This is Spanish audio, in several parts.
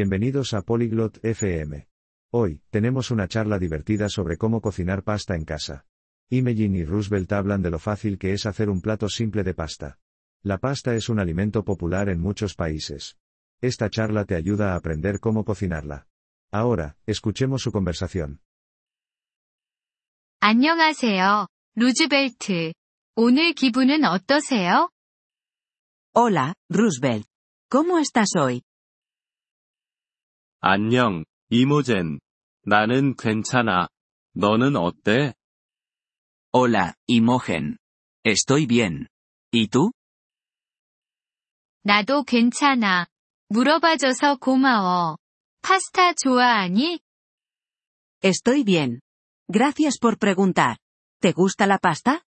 Bienvenidos a Polyglot FM. Hoy, tenemos una charla divertida sobre cómo cocinar pasta en casa. Imogen y Roosevelt hablan de lo fácil que es hacer un plato simple de pasta. La pasta es un alimento popular en muchos países. Esta charla te ayuda a aprender cómo cocinarla. Ahora, escuchemos su conversación. 안녕하세요, 루즈벨트. 오늘 기분은 어떠세요? Hola, Roosevelt. ¿Cómo estás hoy? 안녕, 이모젠. 나는 괜찮아. 너는 어때? Hola, Imogen. Estoy bien. ¿Y tú? 나도 괜찮아. 물어봐줘서 고마워. 파스타 좋아하니? Estoy bien. Gracias por preguntar. ¿Te gusta la pasta?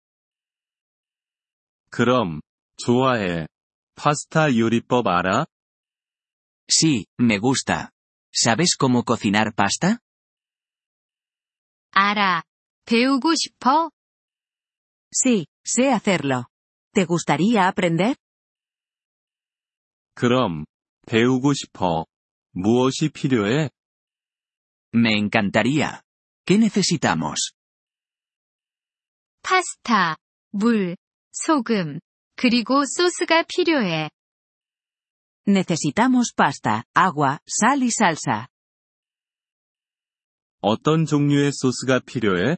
그럼, 좋아해. 파스타 요리법 알아? Sí, me gusta. ¿Sabes cómo cocinar pasta? 알아. 배우고 싶어? Sí, sé hacerlo. ¿Te gustaría aprender? 그럼, 배우고 싶어. 무엇이 필요해? Me encantaría. ¿Qué necesitamos? 파스타, 물, 소금, 그리고 소스가 필요해. Necesitamos pasta, agua, sal y salsa. 어떤 종류의 소스가 필요해?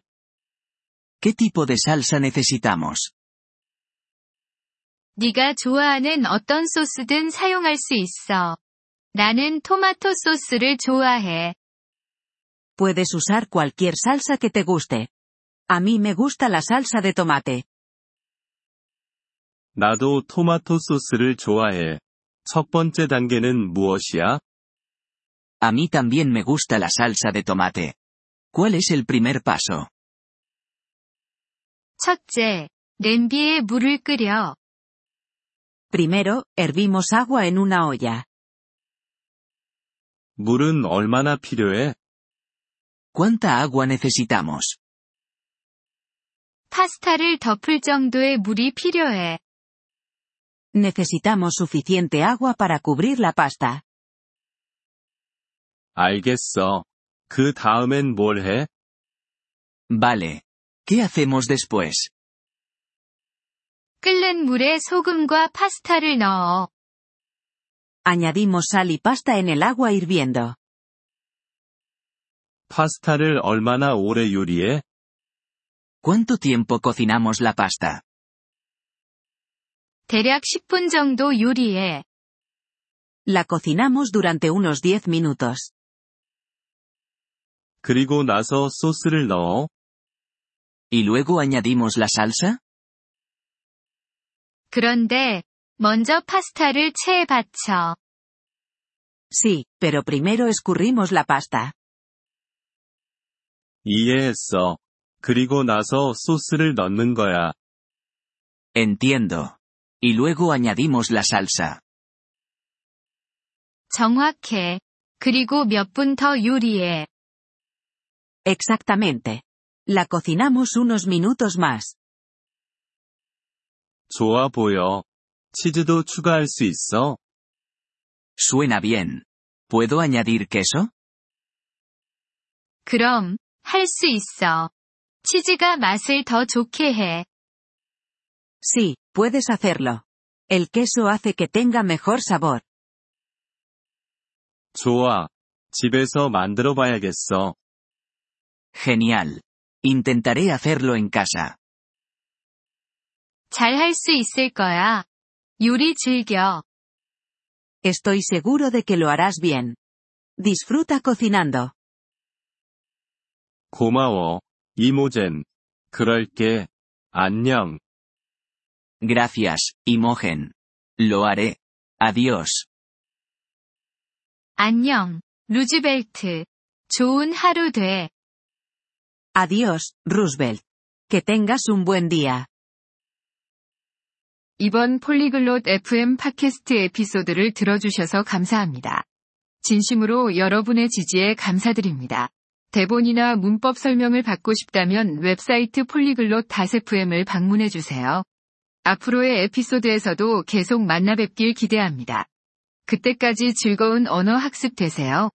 ¿Qué tipo de salsa necesitamos? 네가 좋아하는 어떤 소스든 사용할 수 있어. 나는 토마토 소스를 좋아해. Puedes usar cualquier salsa que te guste. A mí me gusta la salsa de tomate. 나도 토마토 소스를 좋아해. 첫 번째 단계는 무엇이야? A mí también me gusta la salsa de tomate. ¿Cuál es el primer paso? 첫째, 냄비에 물을 끓여. Primero, hervimos agua en una olla. 물은 얼마나 필요해? ¿Cuánta agua necesitamos? 파스타를 덮을 정도의 물이 필요해. Necesitamos suficiente agua para cubrir la pasta. 알겠어. 그 다음엔 뭘 해? Vale. ¿Qué hacemos después? 끓는 물에 소금과 파스타를 넣어. Añadimos sal y pasta en el agua hirviendo. 파스타를 얼마나 오래 요리해? ¿Cuánto tiempo cocinamos la pasta? 대략 10분 정도 요리해. La cocinamos durante unos 10 minutos. 그리고 나서 소스를 넣어? ¿Y luego añadimos la salsa? 그런데, 먼저 파스타를 체에 받쳐. Sí, pero primero escurrimos la pasta. 이해했어. 그리고 나서 소스를 넣는 거야. Entiendo. Y luego añadimos la salsa. 정확해. 그리고 몇 분 더 요리해. Exactamente. La cocinamos unos minutos más. 좋아 보여. 치즈도 추가할 수 있어? Suena bien. ¿Puedo añadir queso? 그럼, 할 수 있어. 치즈가 맛을 더 좋게 해. Sí, puedes hacerlo. El queso hace que tenga mejor sabor. 좋아. 집에서 만들어 봐야겠어. Genial. Intentaré hacerlo en casa. 잘 할 수 있을 거야. 요리 즐겨. Estoy seguro de que lo harás bien. Disfruta cocinando. 고마워. 이모젠. 그럴게. 안녕. Gracias, Imogen. Lo haré. Adiós. 안녕, 루즈벨트. 좋은 하루 돼. Adiós, Roosevelt. Que tengas un buen día. 이번 폴리글롯 FM 팟캐스트 에피소드를 들어주셔서 감사합니다. 진심으로 여러분의 지지에 감사드립니다. 대본이나 문법 설명을 받고 싶다면 웹사이트 폴리글롯 FM을 방문해 주세요. 앞으로의 에피소드에서도 계속 만나뵙길 기대합니다. 그때까지 즐거운 언어 학습 되세요.